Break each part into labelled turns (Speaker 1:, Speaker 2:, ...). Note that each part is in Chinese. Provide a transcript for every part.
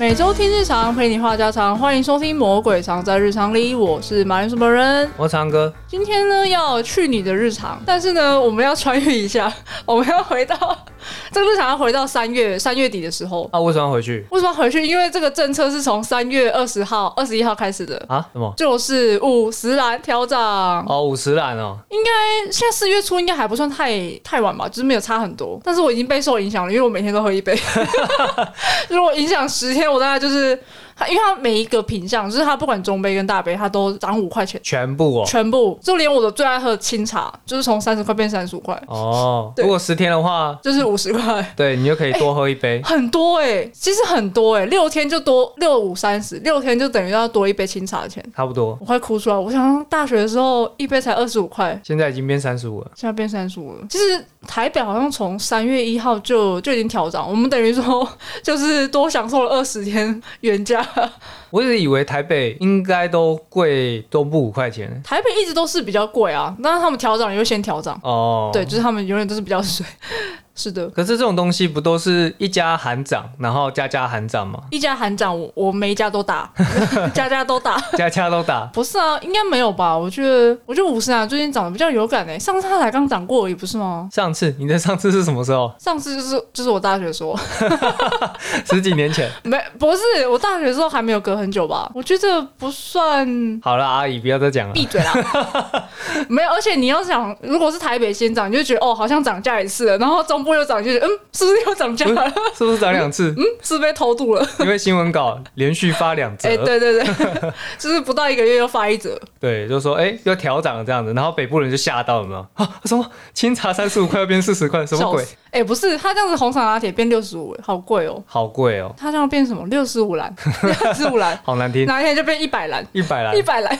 Speaker 1: 每周听日常，陪你话家常，欢迎收听《魔鬼藏在日常里》，我是马铃薯本人。
Speaker 2: 我长哥，
Speaker 1: 今天呢要去你的日常，但是呢我们要穿越一下， 我们要回到这个日常要回到三月三月底的时候。
Speaker 2: 啊，为什么要回去
Speaker 1: 为什么要回去？因为这个政策是从三月二十号、二十一号开始的，
Speaker 2: 啊？什么？
Speaker 1: 就是五十岚调涨。
Speaker 2: 哦，五十岚哦，
Speaker 1: 哎现在四月初应该还不算太太晚吧，就是没有差很多。但是我已经被受影响了，因为我每天都喝一杯。 如果影响十天，我大概就是它，因为它每一个品相，就是它不管中杯跟大杯，它都涨五块钱，
Speaker 2: 全部哦。
Speaker 1: 全部就连我的最爱喝的清茶，就是从三十块变三十五块，
Speaker 2: 哦，
Speaker 1: 对
Speaker 2: 如果十天的话，
Speaker 1: 就是五十 块。
Speaker 2: 对你就可以多喝一杯。
Speaker 1: 很多哎、其实很多哎、六天就多六五三十，六天就等于要多一杯清茶的钱，
Speaker 2: 差不多。
Speaker 1: 我快哭出来。我想大学的时候一杯才二十五块，
Speaker 2: 现在已经变三十五了，
Speaker 1: 现在变三十五了。其实台北好像从三月一号就就已经调涨，我们等于说 就是多享受了二十天原价。
Speaker 2: 我一直以为台北应该都贵东部五块钱
Speaker 1: 台北一直都是比较贵啊，但是他们调涨也会先调涨，
Speaker 2: 哦。
Speaker 1: 对，，就是他们永远都是比较水。 是的，？
Speaker 2: 可是这种东西不都是一家喊涨，然后家家喊涨吗
Speaker 1: 一家喊涨，我我每一家都打， 家家都打。
Speaker 2: 家家都打。
Speaker 1: 不是啊，应该没有吧？我觉得，我觉得五十啊，最近涨得比较有感诶、上次它才刚涨过而已，不是吗？？
Speaker 2: 上次你的上次是什么时候
Speaker 1: 上次就是就是我大学的时候，
Speaker 2: 十几年前。
Speaker 1: 没不是我大学的时候还没有隔很久吧？我觉得不算
Speaker 2: 好了，阿姨不要再 讲了。
Speaker 1: 闭嘴啦！ 没有，而且你要想，如果是台北先涨，你就觉得哦，好像涨价一次了，然后中部又涨，就觉得嗯，是不是又涨价了？
Speaker 2: 是不是涨两次？
Speaker 1: 是不是被偷渡 了？
Speaker 2: 因为新闻稿连续发两
Speaker 1: 嗯
Speaker 2: 则。
Speaker 1: 哎、对 对对，就是不到一个月又发一折，
Speaker 2: 对，就说哎、又调涨了这样子，然后北部人就吓到了嘛，啊什么清茶三十五块要变四十块，什么
Speaker 1: 笑
Speaker 2: 鬼
Speaker 1: 死！？哎、不是，它这样子红茶拿铁变六十五，好贵哦。
Speaker 2: 好贵哦，
Speaker 1: 它这样变什么？六十五 蓝，六十五蓝，
Speaker 2: 好难听，
Speaker 1: 哪一天就变一百蓝，
Speaker 2: 一百兰
Speaker 1: 一，百蓝，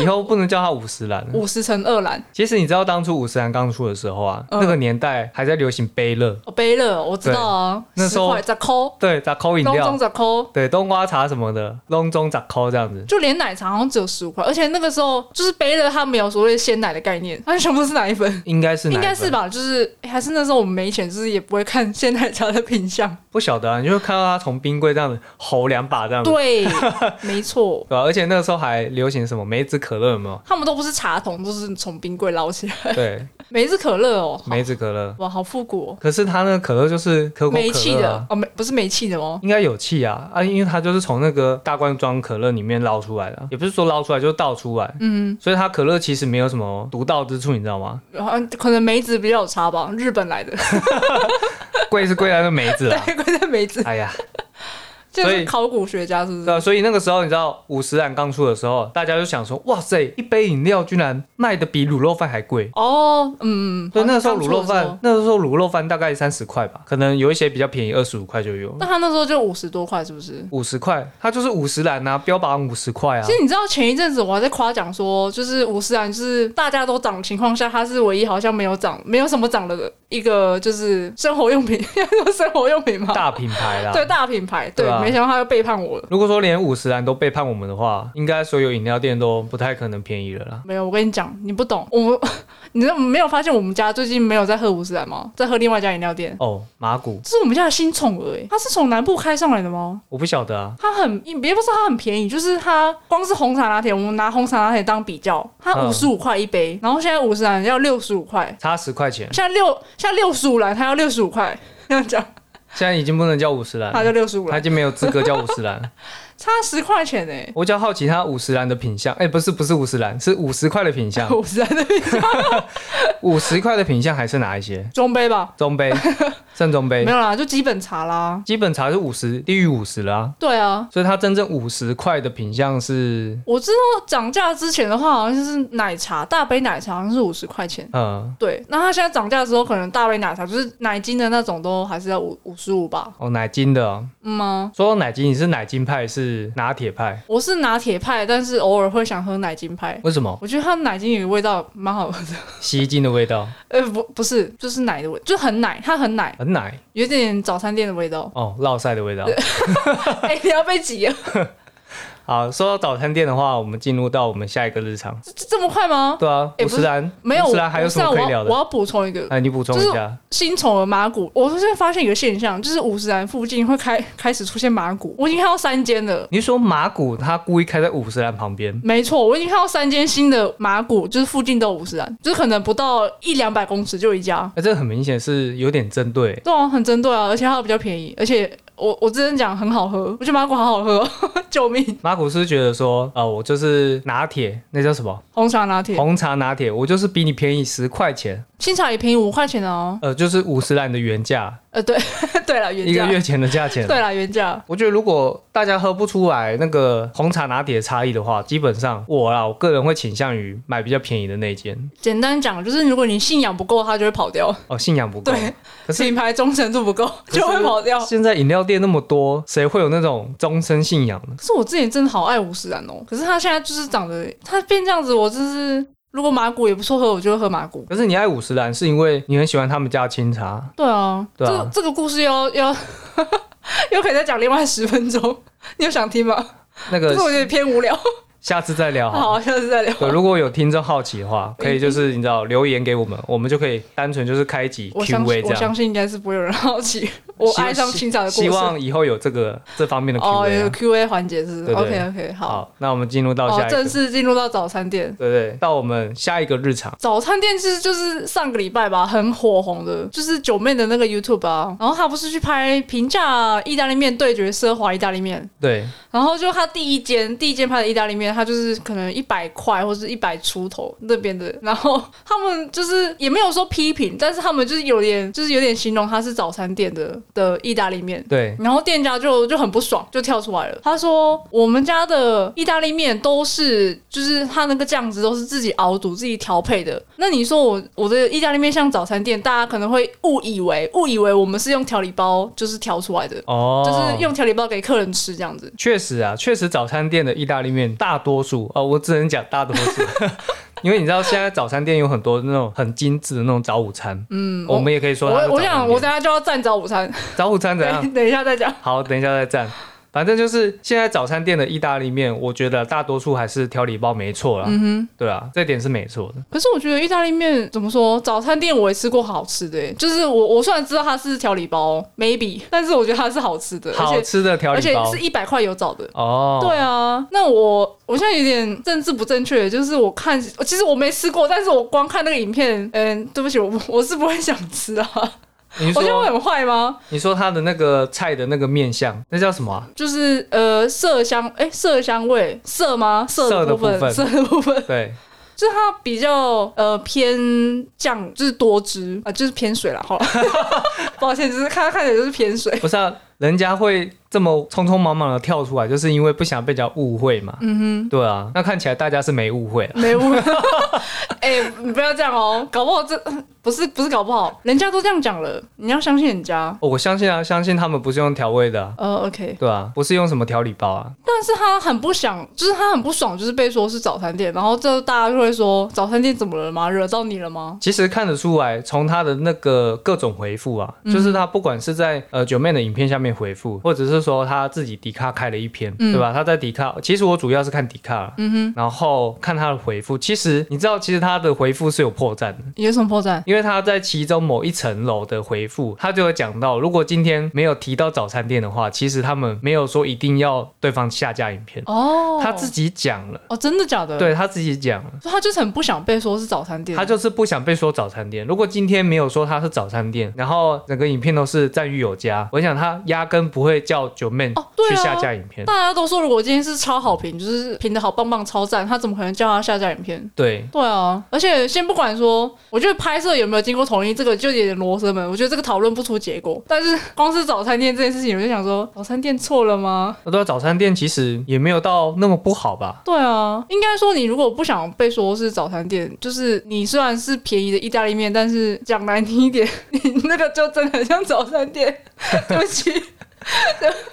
Speaker 2: 以后不能叫它五十兰。
Speaker 1: 五十乘二蓝。
Speaker 2: 其实你知道当初五十兰刚出的时候啊，
Speaker 1: 嗯
Speaker 2: 那个年代还在流行杯乐，
Speaker 1: 哦，杯乐，我知道啊，
Speaker 2: 对那时候
Speaker 1: 咋抠，
Speaker 2: 对，杂扣饮
Speaker 1: 东
Speaker 2: 料
Speaker 1: 中，咋抠。
Speaker 2: 对，冬瓜茶什么的，隆中杂扣这样子，
Speaker 1: 就连奶茶好像只有十五块，而且那个时候就是杯乐，它没有所谓鲜奶的概念，它全部都是奶粉。
Speaker 2: 应该是奶
Speaker 1: 应
Speaker 2: 粉
Speaker 1: 该是？吧，就是、诶还是那时候我们没钱，就是也不会看鲜奶茶的品 相。
Speaker 2: 不晓得啊，你就看到他从冰柜这样子吼两把这样子，
Speaker 1: 对，没错，
Speaker 2: 对吧、而且那个时候还流行什么梅子可乐，有没有？
Speaker 1: 他们都不是茶桶，都是从冰柜捞起来。
Speaker 2: 对，
Speaker 1: 梅子可乐哦，
Speaker 2: 梅子可乐。
Speaker 1: 哇，好复古哦，
Speaker 2: 可是它那个可乐就是可口可乐、啊、
Speaker 1: 煤气的哦，没不是煤气的哦。
Speaker 2: 应该有气啊啊，因为它就是从那个大罐装可乐里面捞出来的，也不是说捞出来，就是倒出来。
Speaker 1: 嗯，
Speaker 2: 所以它可乐其实没有什么独到之处，你知道吗？
Speaker 1: 然后呃可能梅子比较有差吧，日本来的，
Speaker 2: 贵是贵在那梅子啊。
Speaker 1: 对，关在梅子，
Speaker 2: 哎呀，
Speaker 1: 就
Speaker 2: 所以
Speaker 1: 是考古学家是不
Speaker 2: 对
Speaker 1: 是？
Speaker 2: 啊，所以那个时候你知道五十岚刚出的时候，大家就想说，哇塞，一杯饮料居然卖的比卤肉饭还贵。
Speaker 1: 哦，嗯，
Speaker 2: 对，
Speaker 1: 好像
Speaker 2: 那个时候
Speaker 1: 刚
Speaker 2: 卤
Speaker 1: 出的
Speaker 2: 肉
Speaker 1: 时候
Speaker 2: 饭，，那个时候卤肉饭大概三十块吧，可能有一些比较便宜，二十五块就有
Speaker 1: 那。他那时候就五十多块，是不是？
Speaker 2: 五十块，它就是五十岚呐，标榜五十块啊
Speaker 1: 其。实你知道前一阵子我还在夸奖说，就是五十岚就是大家都涨的情况下，它是唯一好像没有涨、没有什么涨的一个就是生活用品， 生活用品嘛，
Speaker 2: 大品牌啊啦。
Speaker 1: 对大品牌，对，
Speaker 2: 对啊
Speaker 1: 没想到它又背叛我了。
Speaker 2: 如果说连五十岚都背叛我们的话，应该所有饮料店都不太可能便宜了啦。
Speaker 1: 没有，我跟你讲，你不懂，我们你知道没有发现我们家最近没有在喝五十岚吗？在喝另外一家饮料店。
Speaker 2: 哦，麻古，
Speaker 1: 这是我们家的新宠儿，哎，它是从南部开上来的吗？
Speaker 2: 我不晓得啊。
Speaker 1: 它很，你别不说它很便宜，就是它光是红茶拿铁，我们拿红茶拿铁当比较，它
Speaker 2: 嗯
Speaker 1: 五十五块一杯，然后现在五十岚要六十五块，
Speaker 2: 差十块钱，
Speaker 1: 现在六现在六十五来，他要六十五块，这样讲，
Speaker 2: 现在已经不能叫五十岚
Speaker 1: 他
Speaker 2: 了，
Speaker 1: 就六十五
Speaker 2: 他
Speaker 1: 来
Speaker 2: 已，经没有资格叫五 十岚。
Speaker 1: 差十块钱呢、欸。
Speaker 2: 我比较好奇他五十岚的品相，哎、不是不是五十岚，是五十块的 品相，
Speaker 1: 我实在那边
Speaker 2: 五十块的品相还是哪一些？
Speaker 1: 中杯吧，
Speaker 2: 中杯、正中杯
Speaker 1: 没，有啦，就基本茶啦。
Speaker 2: 基本茶是五十，低于五十了啊。
Speaker 1: 对啊，
Speaker 2: 所以它真正五十块的品相是，
Speaker 1: 我知道涨价之前的话，好像就是奶茶大杯奶茶好像是五十块钱。
Speaker 2: 嗯，
Speaker 1: 对，那它现在涨价之后，可能大杯奶茶就是奶精的那种都还是要五五十五吧？
Speaker 2: 哦，奶精的哦。
Speaker 1: 嗯吗？
Speaker 2: 说到奶精，你是奶精派是拿铁派？
Speaker 1: 我是拿铁派，但是偶尔会想喝奶精派。
Speaker 2: 为什么？
Speaker 1: 我觉得它奶精有个味道蛮好喝的，
Speaker 2: 吸精的味道，
Speaker 1: 呃，不，不是，就是奶的味，就很奶，它很奶，
Speaker 2: 很奶
Speaker 1: 有点早餐店的味道。
Speaker 2: 哦，烙晒的味道。
Speaker 1: 啊哎、你要被挤了。
Speaker 2: 好，说到早餐店的话，我们进入到我们下一个日常。
Speaker 1: 这这这么快吗？
Speaker 2: 对啊，
Speaker 1: 诶
Speaker 2: 五
Speaker 1: 不是
Speaker 2: 十岚
Speaker 1: 没有，
Speaker 2: 五
Speaker 1: 我
Speaker 2: 十啊岚还有什么可
Speaker 1: 我
Speaker 2: 以
Speaker 1: 知道
Speaker 2: 聊
Speaker 1: 我要我
Speaker 2: 的？
Speaker 1: 要补充一个
Speaker 2: 哎，你补充一下。
Speaker 1: 新宠儿麻古，我现在发现一个现象，就是五十岚附近会开开始出现麻古，我已经看到三间了。
Speaker 2: 你是说马古他故意开在五十岚旁边，
Speaker 1: 没错，我已经看到三间新的麻古，就是附近都有五十岚，就是可能不到一两百公尺就一家。
Speaker 2: 那、哎这很明显是有点针对。
Speaker 1: 对啊，很针对啊，而且它比较便宜，而且我我之前讲很好喝，我觉得麻古好好喝 哦，救命！
Speaker 2: 马古是觉得说，啊、我就是拿铁，那叫什么
Speaker 1: 红茶拿铁，
Speaker 2: 红茶拿铁，我就是比你便宜十块钱，
Speaker 1: 新茶也便宜五块钱哦。
Speaker 2: 呃，就是五十岚的原价，
Speaker 1: 呃，对 对了，原
Speaker 2: 一个
Speaker 1: 价，
Speaker 2: 月前的价钱。
Speaker 1: 对了，原价。
Speaker 2: 我觉得如果大家喝不出来那个红茶拿铁的差异的话，基本上我啦，我个人会倾向于买比较便宜的那一间。
Speaker 1: 简单讲，就是如果你信仰不够，它就会跑掉。
Speaker 2: 哦，信仰不够。
Speaker 1: 对，哦
Speaker 2: 可是
Speaker 1: 品牌忠诚度不 够，
Speaker 2: 是
Speaker 1: 就会跑掉。
Speaker 2: 现在饮料店那么多，谁会有那种终身信仰呢？
Speaker 1: 可是我之前真的好爱五十岚哦，可是它现在就是长得，它变这样子，我真是如果麻古也不错喝，我就会喝麻古。
Speaker 2: 可是你爱五十岚是因为你很喜欢他们家的清 茶，
Speaker 1: 对啊，
Speaker 2: 对啊
Speaker 1: 这个这个故事要要 又可以再讲另外十分钟， 你有想听吗？
Speaker 2: 那
Speaker 1: 可
Speaker 2: 个
Speaker 1: 是我有点偏无聊。
Speaker 2: 下次再聊好了。
Speaker 1: 好，下次再聊。
Speaker 2: 对，如果有听众好奇的话，可以就是你知道留言给我们，我们就可以单纯就是开一集
Speaker 1: 我相
Speaker 2: Q&A
Speaker 1: 信，
Speaker 2: 这
Speaker 1: 我
Speaker 2: 样。
Speaker 1: 相信应该是不会有人好奇我
Speaker 2: 希
Speaker 1: 爱上清茶的故
Speaker 2: 希
Speaker 1: 事。
Speaker 2: 望以后有这个这方面的
Speaker 1: 哦，有
Speaker 2: Q&A 啊。
Speaker 1: Q&A 环节是不是
Speaker 2: 对对
Speaker 1: OK OK 好。
Speaker 2: 好，那我们进入到
Speaker 1: 哦
Speaker 2: 下，一个
Speaker 1: 正，式进入到早餐店。
Speaker 2: 对对，到我们下一个日常。
Speaker 1: 早餐店其实就是上个礼拜吧，很火红的，就是九妹的那个 YouTube 啊，然后她不是去拍平价意大利面对决奢华意大利面，
Speaker 2: 对，
Speaker 1: 然后就她第一间第一间拍的意大利面，它就是可能一百块或是一百出头那边的，然后他们就是也没有说批评，但是他们就是有点就是有点形容它是早餐店的的意大利面，
Speaker 2: 对，
Speaker 1: 然后店家就就很不爽，就跳出来了。他说：“我们家的意大利面都是，就是他那个酱汁都是自己熬煮、自己调配的。那你说我我的意大利面像早餐店，大家可能会误以为误以为我们是用调理包就是调出来的，
Speaker 2: 哦，
Speaker 1: 就是用调理包给客人吃这样子。
Speaker 2: 确实啊，确实早餐店的意大利面大多数哦，我只能讲大 多数，因为你知道现在早餐店有很多那种很精致的那种早午餐，嗯，我们也可以说它是
Speaker 1: 我我
Speaker 2: 早餐
Speaker 1: 想
Speaker 2: 店啊
Speaker 1: 我等下就要站早午餐，
Speaker 2: 早午餐怎样？
Speaker 1: 等 等一下再讲。
Speaker 2: 好，等一下再赞。反正就是现在早餐店的意大利面，我觉得大多数还是调理包没错啦。嗯哼，对啊，这点是没错的。
Speaker 1: 可是我觉得意大利面怎么说，早餐店我也吃过好吃的、欸就是我我虽然知道它是调理包，maybe，但是我觉得它是好吃的，而
Speaker 2: 好
Speaker 1: 且。”
Speaker 2: 吃的调
Speaker 1: 而
Speaker 2: 理
Speaker 1: 且
Speaker 2: 包
Speaker 1: 是一百块有找的。
Speaker 2: 哦，
Speaker 1: 对啊，那我我现在有点政治不正确，就是我看，其实我没吃过，但是我光看那个影片，嗯，对不起，我不我是不会想吃啊。
Speaker 2: 你
Speaker 1: 我觉得我
Speaker 2: 说
Speaker 1: 很坏吗？
Speaker 2: 你说它的那个菜的那个面相，那叫什么啊、
Speaker 1: 就是呃，色香哎，色香味色吗？色部分，
Speaker 2: 色
Speaker 1: 色的部分，
Speaker 2: 对，
Speaker 1: 就是它比较呃偏酱，就是多汁啊、就是偏水了。好了，抱歉，就是看它看起来就是偏水。
Speaker 2: 不是啊，人家会这么匆匆忙忙的跳出来，就是因为不想被人家误会嘛。嗯哼，对啊，那看起来大家是没误会啊。
Speaker 1: 没问。哎、你不要这样哦，搞不好这 不是不是搞不好，人家都这样讲了，你要相信人家。
Speaker 2: 哦我相信啊，相信他们不是用调味的啊、
Speaker 1: 呃，OK，
Speaker 2: 对啊，不是用什么调理包啊。
Speaker 1: 但是他很不想，就是他很不爽，就是被说是早餐店，然后这大家就会说早餐店怎么了吗？惹到你了吗？
Speaker 2: 其实看得出来，从他的那个各种回复啊，就是他不管是在呃九妹的影片下面回复，或者是说他自己迪卡开了一篇，对吧？他在迪卡，其实我主要是看迪卡，嗯哼，然后看他的回复。其实你知道，其实他的回复是有破绽的。
Speaker 1: 有什么破绽？
Speaker 2: 因为他在其中某一层楼的回复，他就有讲到，如果今天没有提到早餐店的话，其实他们没有说一定要对方下架影片，
Speaker 1: 哦，
Speaker 2: 他自己讲了，
Speaker 1: 哦，真的假的？，
Speaker 2: 对他自己讲了。
Speaker 1: 他就是很不想被说是早餐店，
Speaker 2: 他就是不想被说早餐店。如果今天没有说他是早餐店，然后整个影片都是赞誉有加，我想他压根不会叫九妹
Speaker 1: 哦对啊
Speaker 2: 去下架影片。
Speaker 1: 大家都说如果今天是超好评，就是评的好棒棒超赞，他怎么可能叫他下架影片？
Speaker 2: 对
Speaker 1: 对啊，而且先不管说，我觉得拍摄有没有经过同意，这个就有点罗生门。我觉得这个讨论不出结果。但是光是早餐店这件事情，我就想说，早餐店错了吗？
Speaker 2: 那对，早餐店其实也没有到那么不好吧？
Speaker 1: 对啊，应该说你如果不想被说是早餐店，就是你虽然是便宜的意大利面，但是讲难听一点， 你那个就真的很像早餐店。对不起，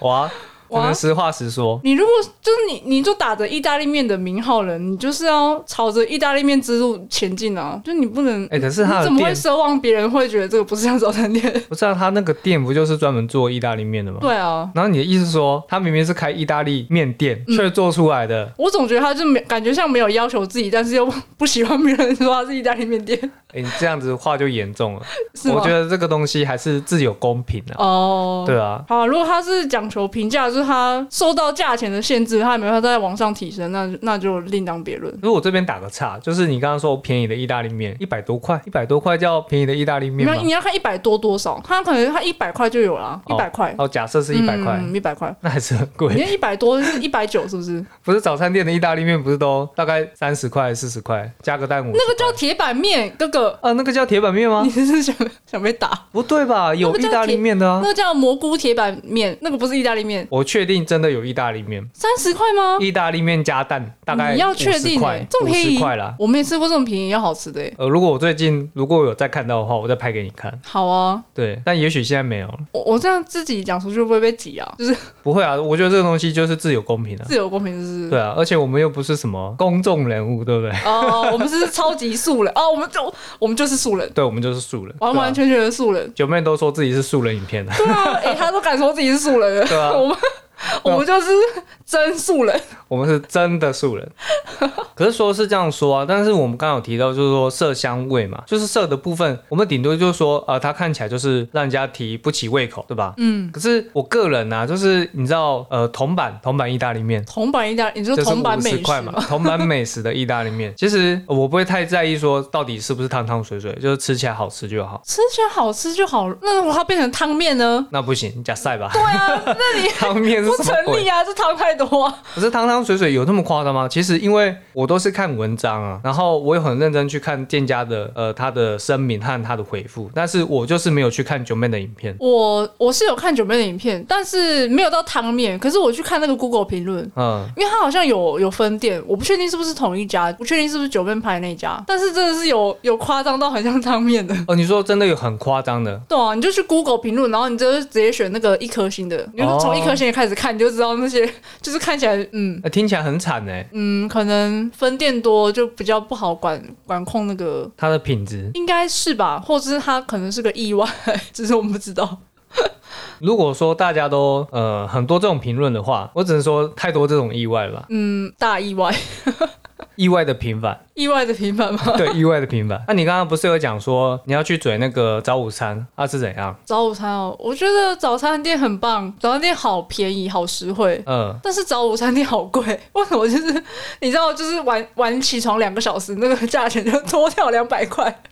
Speaker 2: 哇，我
Speaker 1: 哇
Speaker 2: 们实话实说，
Speaker 1: 你如果就是你，你就打着意大利面的名号了，你就是要朝着意大利面之路前进啊！就你不能，
Speaker 2: 哎、可是他
Speaker 1: 你
Speaker 2: 的
Speaker 1: 怎么会
Speaker 2: 店，
Speaker 1: 奢望别人会觉得这个不是像早餐 店？
Speaker 2: 不是啊，他那个店不就是专门做意大利面的吗？
Speaker 1: 对啊，
Speaker 2: 然后你的意思是说，他明明是开意大利面店，
Speaker 1: 嗯
Speaker 2: 却做出来的，
Speaker 1: 我总觉得他就没感觉像没有要求自己，但是又不 喜欢别人说他是意大利面店，
Speaker 2: 哎、你这样子话就严重了。
Speaker 1: 是吗？
Speaker 2: 我觉得这个东西还是自有公平啊。
Speaker 1: 哦，
Speaker 2: 对啊，
Speaker 1: 好啊，如果他是讲求评价，就是他受到价钱的限制，他也没办法再往上提升，那那就另当别论。
Speaker 2: 如果我这边打个岔，就是你刚刚说便宜的意大利面，一百多块，一百多块叫便宜的意大利
Speaker 1: 你
Speaker 2: 面
Speaker 1: 要
Speaker 2: 吗
Speaker 1: 你？要看一百多多少，他可能他一百块就有啦，一
Speaker 2: 哦
Speaker 1: 百块，
Speaker 2: 哦，假设是一百块，
Speaker 1: 一百块。
Speaker 2: 那还是很贵
Speaker 1: 嗯你。看一百多是一百九是不是？
Speaker 2: 不是早餐店的意大利面，不是都大概三十块、四十块，加个蛋五？
Speaker 1: 那个叫铁板面，哥哥，
Speaker 2: 啊，那个叫铁板面吗
Speaker 1: 你？是想想被打？
Speaker 2: 不对吧？有
Speaker 1: 那个
Speaker 2: 意
Speaker 1: 叫
Speaker 2: 大利面的啊
Speaker 1: 那。个叫蘑菇铁板面，那个不是意大利面，
Speaker 2: 我确定真的有意大利面，
Speaker 1: 三十块吗？
Speaker 2: 意大利面加蛋大概
Speaker 1: 哦你要确
Speaker 2: 50
Speaker 1: 定欸
Speaker 2: 块，
Speaker 1: 这么
Speaker 2: 五
Speaker 1: 便宜
Speaker 2: 十块啦。
Speaker 1: 我没吃过这么便宜又好吃的欸。
Speaker 2: 呃，如果我最近如果有再看到的话，我再拍给你看。
Speaker 1: 好啊，
Speaker 2: 对，但也许现在没有了。
Speaker 1: 我我这样自己讲出去会不会被挤啊？就是
Speaker 2: 不会啊，我觉得这个东西就是自有公平的、啊。
Speaker 1: 自由公平，就是
Speaker 2: 对啊，而且我们又不是什么公众人物，对不对？
Speaker 1: 哦，我们是超级素人哦，我们就我们就是素人，
Speaker 2: 对，我们就是素人，
Speaker 1: 完完
Speaker 2: 对啊
Speaker 1: 全全的素人。
Speaker 2: 九妹都说自己是素人影片的，
Speaker 1: 对啊，哎、他都敢说自己是素人了，
Speaker 2: 对啊
Speaker 1: 我们我们就是真素人。
Speaker 2: 我们是真的素人。可是说是这样说啊，但是我们刚刚有提到，就是说色香味嘛，就是色的部分，我们顶多就是说，呃，它看起来就是让人家提不起胃口，对吧？嗯。可是我个人啊，就是你知道，呃，铜板铜板意大利面。
Speaker 1: 铜板意大利，你说
Speaker 2: 就是
Speaker 1: 铜板
Speaker 2: 五
Speaker 1: 美
Speaker 2: 十
Speaker 1: 食
Speaker 2: 块嘛
Speaker 1: 吗，
Speaker 2: 铜板美食的意大利面，其实呃我不会太在意说到底是不是汤汤水水，就是吃起来好吃就好。
Speaker 1: 吃起来好吃就好，那如果它变成汤面呢？
Speaker 2: 那不行，假赛吧。
Speaker 1: 对啊，那你
Speaker 2: 汤面是
Speaker 1: 不
Speaker 2: 什么
Speaker 1: 成
Speaker 2: 鬼
Speaker 1: 立？啊，这汤太多、啊。
Speaker 2: 可是汤汤水水有那么夸张吗？其实因为我都是看文章啊，然后我有很认真去看店家的呃他的声明和他的回复，但是我就是没有去看九妹的影片。
Speaker 1: 我我是有看九妹的影片，但是没有到汤面。可是我去看那个 Google 评论，
Speaker 2: 嗯，
Speaker 1: 因为它好像有有分店，我不确定是不是同一家，不确定是不是九妹牌那家，但是真的是有有夸张到很像汤面的。
Speaker 2: 哦，你说真的有很夸张的，
Speaker 1: 对啊，你就去 Google 评论，然后你就直接选那个一颗星的，你就从一颗星的开始看，你就知道那些 就是看起来，嗯
Speaker 2: 呃、听起来很惨哎、
Speaker 1: 嗯，可能分店多就比较不好管管控那个，
Speaker 2: 它的品质。
Speaker 1: 应该是吧？或者是它可能是个意外，只是我们不知道。
Speaker 2: 如果说大家都呃很多这种评论的话，我只能说太多这种意外了吧，
Speaker 1: 嗯，大意外，
Speaker 2: 意外的频繁，
Speaker 1: 意外的平凡吗？
Speaker 2: 对，意外的 频繁。那、你刚刚不是有讲说你要去嘴那个早午餐啊是怎样？
Speaker 1: 早午餐哦，我觉得早餐店很棒，早餐店好便宜，好实惠。
Speaker 2: 嗯、
Speaker 1: 但是早午餐店好贵，为什么？就是你知道，就是晚晚起床两个小时，那个价钱就多掉两百块。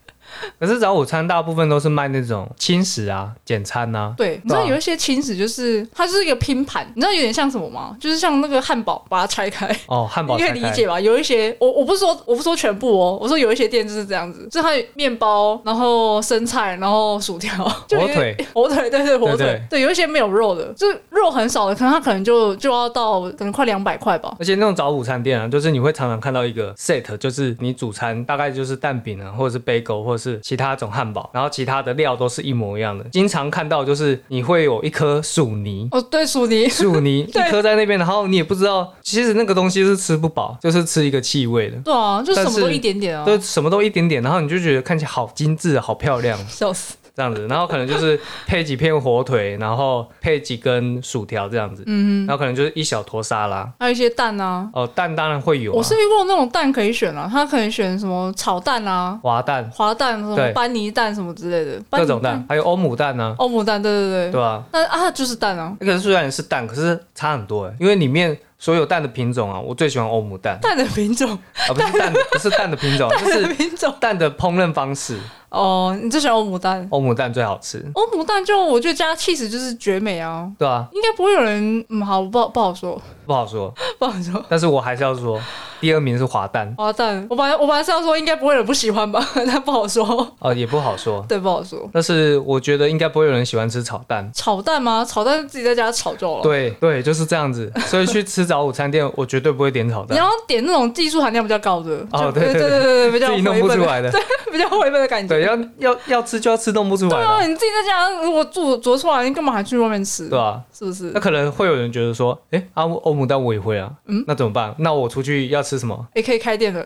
Speaker 2: 可是早午餐大部分都是卖那种轻食啊、简餐呐、
Speaker 1: 对，你知道
Speaker 2: 对啊
Speaker 1: 有一些轻食就是它就是一个拼盘，你知道有点像什么吗？就是像那个汉堡，把它拆开。
Speaker 2: 哦，汉堡
Speaker 1: 你可以
Speaker 2: 拆
Speaker 1: 理
Speaker 2: 开
Speaker 1: 解吧？有一些，我我不是说我不是说全部哦，我说有一些店就是这样子，就是它有面包，然后生菜，然后薯条，就有
Speaker 2: 火
Speaker 1: 点
Speaker 2: 腿，
Speaker 1: 火腿，对对，火腿，
Speaker 2: 对对
Speaker 1: 有一些没有肉的，就是肉很少的，可能它可能就就要到可能快两百块吧。。
Speaker 2: 而且那种早午餐店啊，就是你会常常看到一个 set，就是你主餐大概就是蛋饼啊，或者是 bagel，或者是其他种汉堡，然后其他的料都是一模一样的。经常看到就是你会有一颗薯泥
Speaker 1: 哦，对，薯泥，
Speaker 2: 薯泥
Speaker 1: 对
Speaker 2: 一颗在那边，然后你也不知道，其实那个东西是吃不饱，就是吃一个气味的，
Speaker 1: 对啊，就什么
Speaker 2: 但是
Speaker 1: 都一点点啊，
Speaker 2: 就什么都一点点，然后你就觉得看起来好精致、好漂亮
Speaker 1: 笑死。
Speaker 2: 这样子，然后可能就是配几片火腿，然后配几根薯条这样子，嗯，然后可能就是一小坨沙拉，
Speaker 1: 还有一些蛋啊，
Speaker 2: 哦，蛋当然会有、啊，
Speaker 1: 我是遇过那种蛋可以选啊，它可以选什么炒蛋啊，
Speaker 2: 滑蛋，
Speaker 1: 滑蛋、什么
Speaker 2: 对
Speaker 1: 班尼蛋什么之类的，班
Speaker 2: 各
Speaker 1: 尼
Speaker 2: 种蛋，、还有欧姆蛋呢、
Speaker 1: 欧姆蛋，对对
Speaker 2: 对
Speaker 1: 对。
Speaker 2: 吧、
Speaker 1: 但啊，就是蛋啊，
Speaker 2: 那个虽然是蛋，可是差很多哎，因为里面所有蛋的品种啊，我最喜欢欧姆 蛋，
Speaker 1: 蛋的品种，
Speaker 2: 啊不是蛋的，不是蛋的品 种，就
Speaker 1: 蛋的
Speaker 2: 是
Speaker 1: 品种。
Speaker 2: 蛋的烹饪方式，
Speaker 1: 哦，你最喜欢欧姆蛋？
Speaker 2: 欧姆蛋最好吃，
Speaker 1: 欧姆蛋就我觉得加 cheese 就是绝美啊，
Speaker 2: 对啊，
Speaker 1: 应该不会有人嗯，好不好不好说，
Speaker 2: 不好说，
Speaker 1: 不好说。
Speaker 2: 但是我还是要说，第二名是滑蛋，
Speaker 1: 花旦，我本来我本来是要说应该不会有人不喜欢吧， 但不好说，
Speaker 2: 呃，也不好说。
Speaker 1: 对，不好说。
Speaker 2: 但是我觉得应该不会有人喜欢吃炒蛋。
Speaker 1: 炒蛋吗？炒蛋自己在家炒就好了。
Speaker 2: 对对，就是这样 子。所以去吃早午餐店，我绝对不会点炒
Speaker 1: 你
Speaker 2: 蛋，
Speaker 1: 要点那种技术含量比较高的，
Speaker 2: 哦
Speaker 1: 就对
Speaker 2: 对对
Speaker 1: 对对，比较
Speaker 2: 自己弄
Speaker 1: 回
Speaker 2: 不
Speaker 1: 本
Speaker 2: 出
Speaker 1: 的，
Speaker 2: 来的。
Speaker 1: 比较回本的感觉。
Speaker 2: 对，要要要吃就要吃弄不出来
Speaker 1: 对啊，
Speaker 2: 的，
Speaker 1: 你自己在家如果做做出来，你干嘛还去外面吃？
Speaker 2: 对吧、
Speaker 1: 是不是
Speaker 2: 那？可能会有人觉得说，哎、阿姆欧姆蛋我也会啊，嗯，那怎么办？那我出去要吃什么？
Speaker 1: 也可以开店的。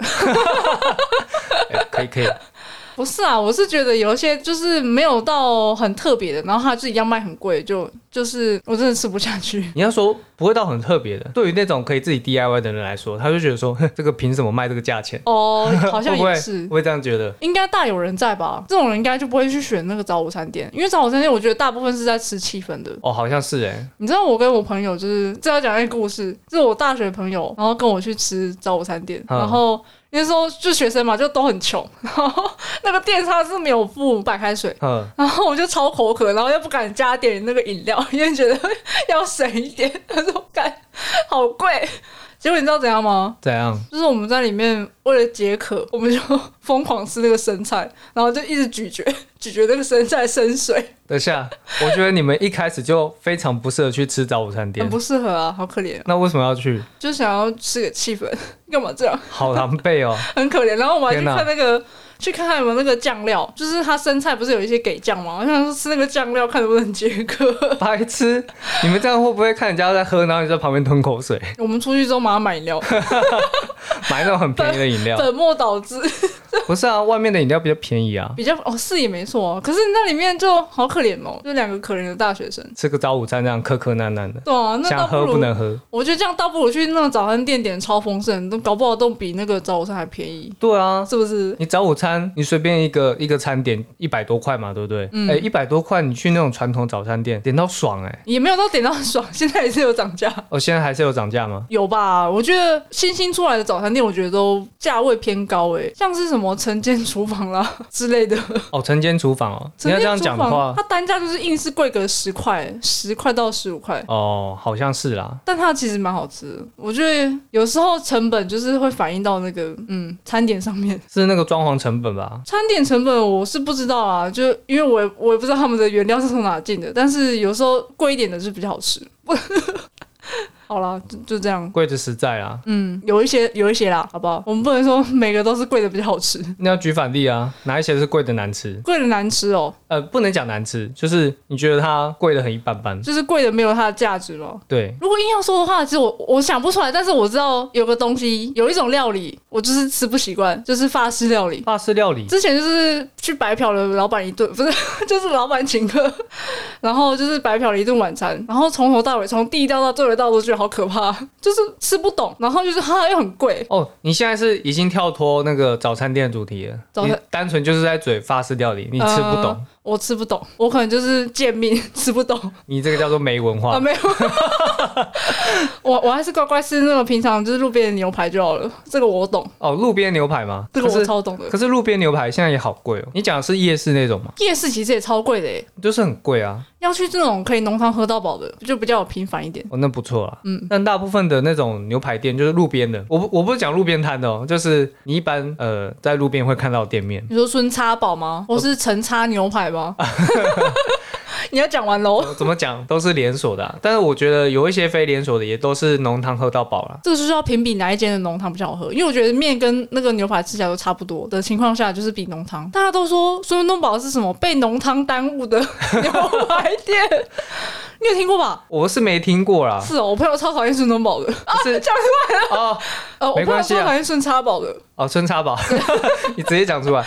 Speaker 2: 诶可以可以，
Speaker 1: 不是啊，我是觉得有一些就是没有到很特别的，然后它自己要卖很贵，就就是我真的吃不下去。
Speaker 2: 你要说不会到很特别的，对于那种可以自己 DIY 的人来说，他就觉得说，哼这个凭什么卖这个价钱？
Speaker 1: 哦，好像
Speaker 2: 会 不会
Speaker 1: 也是
Speaker 2: 会。不会这样觉得？
Speaker 1: 应该大有人在吧？这种人应该就不会去选那个早午餐店，因为早午餐店我觉得大部分是在吃气氛的。
Speaker 2: 哦，好像是哎、
Speaker 1: 你知道我跟我朋友就是这要讲一个故事，是我大学朋友，然后跟我去吃早午餐店，
Speaker 2: 嗯
Speaker 1: 然后那时候就学生嘛，就都很穷， 然后那个店他是没有付白开水，
Speaker 2: 嗯，
Speaker 1: 然后我就超口渴，然后又不敢加点那个饮料，因为觉得要省一点。 他说：“干，好贵。”结果你知道怎样吗？
Speaker 2: 怎样？
Speaker 1: 就是我们在里面为了解渴，我们就疯狂吃那个生菜，然后就一直咀嚼 咀嚼那个生菜生水，
Speaker 2: 等一下，我觉得你们一开始就非常不适合去吃早午餐
Speaker 1: 很
Speaker 2: 店，
Speaker 1: 不适合啊，好可怜、啊，
Speaker 2: 那为什么要去？
Speaker 1: 就想要吃个气氛，干嘛这样？
Speaker 2: 好狼狈 哦。
Speaker 1: 很可怜。然后我还去
Speaker 2: 天哪
Speaker 1: 看那个，去看看有没有那个酱料，就是它生菜不是有一些给酱吗？我想说吃那个酱料，看能不能解渴。
Speaker 2: 白痴！你们这样会不会看人家在喝，然后你在旁边吞 口水，
Speaker 1: 我们出去之后马上买饮料，
Speaker 2: 买那种很便宜的饮料？
Speaker 1: 本末倒置，
Speaker 2: 不是啊，外面的饮料比较便宜啊。
Speaker 1: 比较哦是也没错、哦，可是那里面就好可怜哦，就两个可怜的大学生。
Speaker 2: 吃个早午餐这样磕磕烂烂的，
Speaker 1: 对啊，那倒
Speaker 2: 想
Speaker 1: 不
Speaker 2: 喝
Speaker 1: 如
Speaker 2: 不能喝。
Speaker 1: 我觉得这样倒不如去那种早餐店点超丰盛，都搞不好都比那个早午餐还便宜，
Speaker 2: 对啊，
Speaker 1: 是不是？
Speaker 2: 你早午餐你随便一个一个餐点一百多块嘛，对不对？
Speaker 1: 嗯
Speaker 2: 哎、一百多块你去那种传统早餐店点到爽哎、
Speaker 1: 也没有到点到很爽， 现在也是有涨价。
Speaker 2: 哦，现在还是有涨价吗？
Speaker 1: 有吧？我觉得新兴出来的早餐店，我觉得都价位偏高诶、像是什么晨间厨房啦 之类的。
Speaker 2: 哦，晨间厨房哦，你
Speaker 1: 晨
Speaker 2: 要这
Speaker 1: 间
Speaker 2: 样
Speaker 1: 厨
Speaker 2: 讲的
Speaker 1: 房
Speaker 2: 话，
Speaker 1: 它单价就是硬是贵个十块，十块到十五块，
Speaker 2: 哦，好像是啦。
Speaker 1: 但它其实蛮好吃的。我觉得有时候成本就是会反映到那个嗯餐点上面。
Speaker 2: 是那个装潢成本吧？
Speaker 1: 餐点成本我是不知道啊，就因为我也我也不知道他们的原料是从哪进的，但是有时候贵一点的是比较好吃。 好啦，就就这样。
Speaker 2: 贵的实在啊，
Speaker 1: 嗯，有一些有一些啦，好不好？我们不能说每个都是贵的比较好吃，
Speaker 2: 那要举反例啊，哪一些是贵的难吃？
Speaker 1: 贵的难吃哦，
Speaker 2: 呃，不能讲难吃，就是你觉得它贵的很一般般。
Speaker 1: 就是贵的没有它的价值嘛。
Speaker 2: 对，
Speaker 1: 如果硬要说的话，其实我我想不出来，但是我知道有个东西，有一种料理，我就是吃不习惯，就是法式料理。
Speaker 2: 法式料理
Speaker 1: 之前就是去白嫖了老板一顿， 不是，就是老板请客，然后就是白嫖了一顿晚餐，然后从头到尾，从第一道到最后一道都觉得好可怕，就是吃不懂，然后就是哈又很贵，
Speaker 2: 哦，你现在是已经跳脱那个早餐店的主题了，
Speaker 1: 早餐
Speaker 2: 你单纯就是在嘴法式料理，你吃不懂，
Speaker 1: 呃我吃不懂，我可能就是贱命 吃不懂
Speaker 2: 你这个叫做没文化。
Speaker 1: 啊，没有， 我我还是乖乖吃那种平常就是路边的牛排就好了，这个我懂，
Speaker 2: 哦，路边牛排吗？
Speaker 1: 这个
Speaker 2: 可
Speaker 1: 我
Speaker 2: 是
Speaker 1: 超懂的
Speaker 2: 可。是路边牛排现在也好贵哦。你讲的是夜市那种吗？
Speaker 1: 夜市其实也超贵的耶，
Speaker 2: 就是很贵啊。
Speaker 1: 要去这种可以浓汤喝到饱的，就比较有频繁一点。
Speaker 2: 哦，那不错啦。
Speaker 1: 嗯
Speaker 2: 嗯，但大部分的那种牛排店就是路边的，我不我不是讲路边摊的哦，就是你一般呃在路边会看到的店面。
Speaker 1: 你说孙叉堡吗？或是陈叉牛排吗？ 你要讲完喽，
Speaker 2: 怎么讲都是连锁的啊、但是我觉得有一些非连锁的也都是浓汤喝到饱啦。
Speaker 1: 这个就是要评比哪一间的浓汤比较好喝，因为我觉得面跟那个牛排吃起来都差不多的情况下，就是比浓汤。大家都说孙文东宝是什么被浓汤耽误的 牛排店，你有听过吧？
Speaker 2: 我是没听 过啦，
Speaker 1: 是哦，我朋友超讨厌孙东宝的，
Speaker 2: 不是
Speaker 1: 哦讲
Speaker 2: 出来了哦
Speaker 1: 呃，我朋
Speaker 2: 没
Speaker 1: 友
Speaker 2: 关系
Speaker 1: 超
Speaker 2: 啊
Speaker 1: 讨厌孙叉堡的，
Speaker 2: 哦，春茶堡， 你直接讲出来。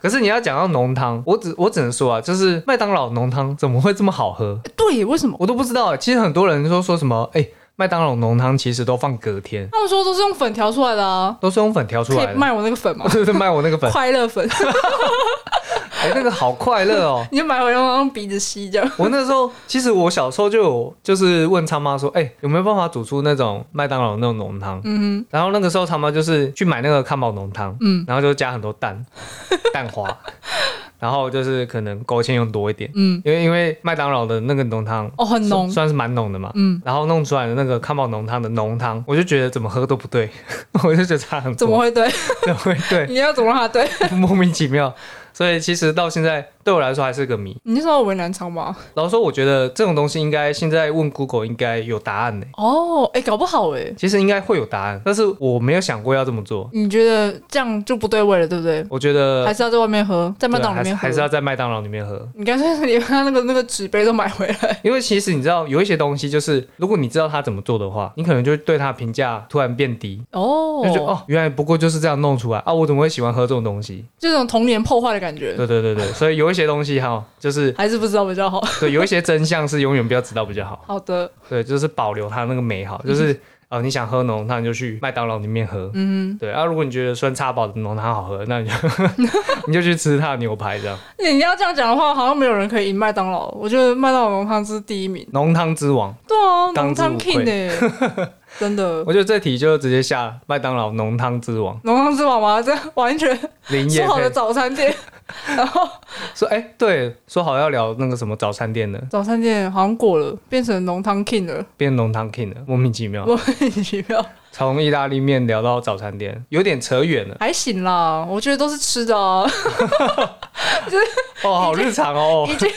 Speaker 2: 可是你要讲到浓汤，我只我只能说啊，就是麦当劳浓汤怎么会这么好喝？
Speaker 1: 对，为什么？
Speaker 2: 我都不知道欸。其实很多人都说什么，哎、麦当劳浓汤其实都放隔天，
Speaker 1: 他们说都是用粉调出来的啊，
Speaker 2: 都是用粉调出
Speaker 1: 可
Speaker 2: 来
Speaker 1: 以
Speaker 2: 的。？
Speaker 1: 卖我那个粉吗
Speaker 2: 就是卖我那个粉，
Speaker 1: 快乐粉。
Speaker 2: 哎、那个好快乐哦！
Speaker 1: 你就买回来用鼻子吸这样。
Speaker 2: 我那时候其实我小时候就有，就是问他妈说，哎、有没有办法煮出那种麦当劳那种浓汤？
Speaker 1: 嗯
Speaker 2: 然后那个时候他妈就是去买那个康宝浓汤，
Speaker 1: 嗯
Speaker 2: 然后就加很多蛋，蛋花，然后就是可能勾芡用多一点，嗯，因为因为麦当劳的那个浓汤
Speaker 1: 哦，很浓
Speaker 2: 算，算是蛮浓的嘛，嗯，然后弄出来的那个康宝浓汤的浓汤，我就觉得怎么喝都不对， 我就觉得差很多，
Speaker 1: 怎么会对？
Speaker 2: 怎么会 对？
Speaker 1: 你要怎么让它对？
Speaker 2: 莫名其妙。所以其实到现在对我来说还是个谜。
Speaker 1: 你那时候为难肠吗？
Speaker 2: 老实说，我觉得这种东西应该现在问 Google 应该有答案呢、
Speaker 1: 哦，哎、搞不好哎、
Speaker 2: 其实应该会有答案，但是我没有想过要这么做。
Speaker 1: 你觉得这样就不对味了，对不对？
Speaker 2: 我觉得
Speaker 1: 还是要在外面喝，在
Speaker 2: 呃对
Speaker 1: 麦当劳里面喝。
Speaker 2: 还是还是要在麦当劳里面喝，
Speaker 1: 你干脆连他那个那个纸杯都买回来。
Speaker 2: 因为其实你知道有一些东西，就是如果你知道它怎么做的话，你可能就会对它评价突然变低。
Speaker 1: 哦
Speaker 2: 就觉得哦，原来不过就是这样弄出来啊！我怎么会喜欢喝这种东西？
Speaker 1: 这种童年破坏的感觉，
Speaker 2: 对对对对，所以有一些东西哈，就是
Speaker 1: 还是不知道比较好。
Speaker 2: 对有一些真相是永远不要知道比较好。
Speaker 1: 好的，
Speaker 2: 对，就是保留它那个美好，
Speaker 1: 嗯
Speaker 2: 就是啊、呃你想喝浓汤你就去麦当劳里面喝，嗯，对。啊，如果你觉得酸叉堡的浓汤好喝，那你就 你就去吃它的牛排这样。
Speaker 1: 你要这样讲的话，好像没有人可以赢麦当劳。我觉得麦当劳浓汤是第一名。
Speaker 2: 浓汤之王，
Speaker 1: 对啊，浓
Speaker 2: 当之
Speaker 1: 汤
Speaker 2: 无
Speaker 1: king 哎、真 的
Speaker 2: 我觉得这题就直接下麦当劳浓汤之王
Speaker 1: 浓汤之王吗？这完全
Speaker 2: 林
Speaker 1: 说
Speaker 2: 业
Speaker 1: 好的
Speaker 2: 配
Speaker 1: 早餐店， 然后
Speaker 2: 说，哎、对，说好要聊那个什么早餐店的，
Speaker 1: 早餐店好像过了，变成浓汤 king 了，
Speaker 2: 变浓汤 king 了，莫名其妙，
Speaker 1: 莫名其妙。
Speaker 2: 从意大利面聊到早餐店，有点扯远了。
Speaker 1: 还行啦，我觉得都是吃的啊，
Speaker 2: 哦，好日常哦。
Speaker 1: 已经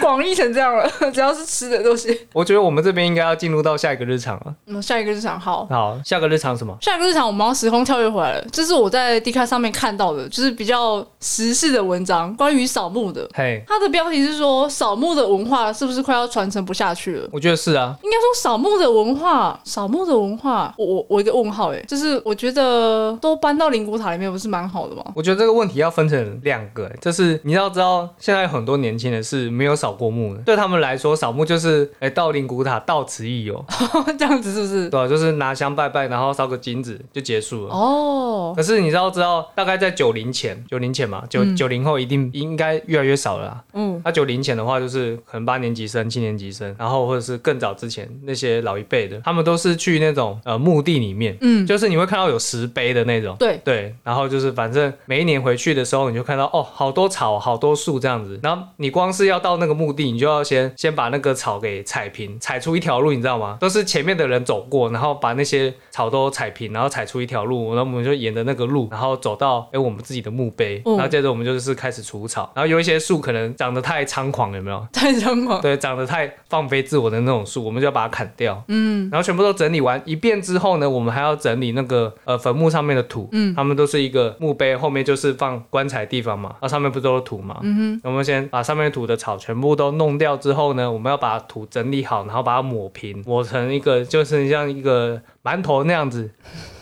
Speaker 1: 广义成这样了， 只要是吃的都行。
Speaker 2: 我觉得我们这边应该要进入到下一个日常了。
Speaker 1: 嗯，下一个日常好。
Speaker 2: 好，下个日常什么？
Speaker 1: 下一个日常，我们要时空跳跃回来了。这是我在 d 卡上面看到的，就是比较时事的文章，关于扫墓的。
Speaker 2: 嘿，
Speaker 1: 它的标题是说，扫墓的文化是不是快要传承不下去了？
Speaker 2: 我觉得是啊，
Speaker 1: 应该说扫墓的文化，扫墓的文化，我我我一个问号哎、就是我觉得都搬到灵骨塔里面不是蛮好的吗？
Speaker 2: 我觉得这个问题要分成两个，欸就是你要知道，现在有很多年轻人是没有扫过墓的，对他们来说，扫墓就是哎、到灵骨塔，到此一游，
Speaker 1: 这样子是不是？
Speaker 2: 对吧、啊就是拿香拜拜，然后烧个金纸就结束了。
Speaker 1: 哦，
Speaker 2: 可是你知道知道，大概在九零前，九零前嘛，九九零后一定应该越来越少了啦。啊
Speaker 1: 嗯，
Speaker 2: 那九零前的话，就是可能八年级生、七年级生，然后或者是更早之前那些老一辈的，他们都是去那种呃墓地里面，
Speaker 1: 嗯
Speaker 2: 就是你会看到有石碑的那种。
Speaker 1: 对，
Speaker 2: 对，然后就是反正每一年回去的时候，你就看到哦，好多草，好多树这样子。然后你光是要到那个墓地，你就要先先把那个草给踩平，踩出一条路，你知道吗？都是前面的人走过，然后把那些草都踩平，然后踩出一条路，然后我们就沿着那个路，然后走到哎我们自己的墓碑，
Speaker 1: 嗯
Speaker 2: 然后接着我们就是开始除草。然后有一些树可能长得太猖狂，有没有？
Speaker 1: 太香了。
Speaker 2: 对，长得太放飞自我的那种树，我们就要把它砍掉。嗯，然后全部都整理完一遍之后呢，我们还要整理那个呃坟墓上面的土。嗯，他们都是一个墓碑，后面就是放棺材的地方嘛，那、上面不都是土嘛？嗯哼，我们先把上面土的草全部都弄掉之后呢，我们要把土整理好，然后把它抹平，抹成一个就是像一个馒头那样子，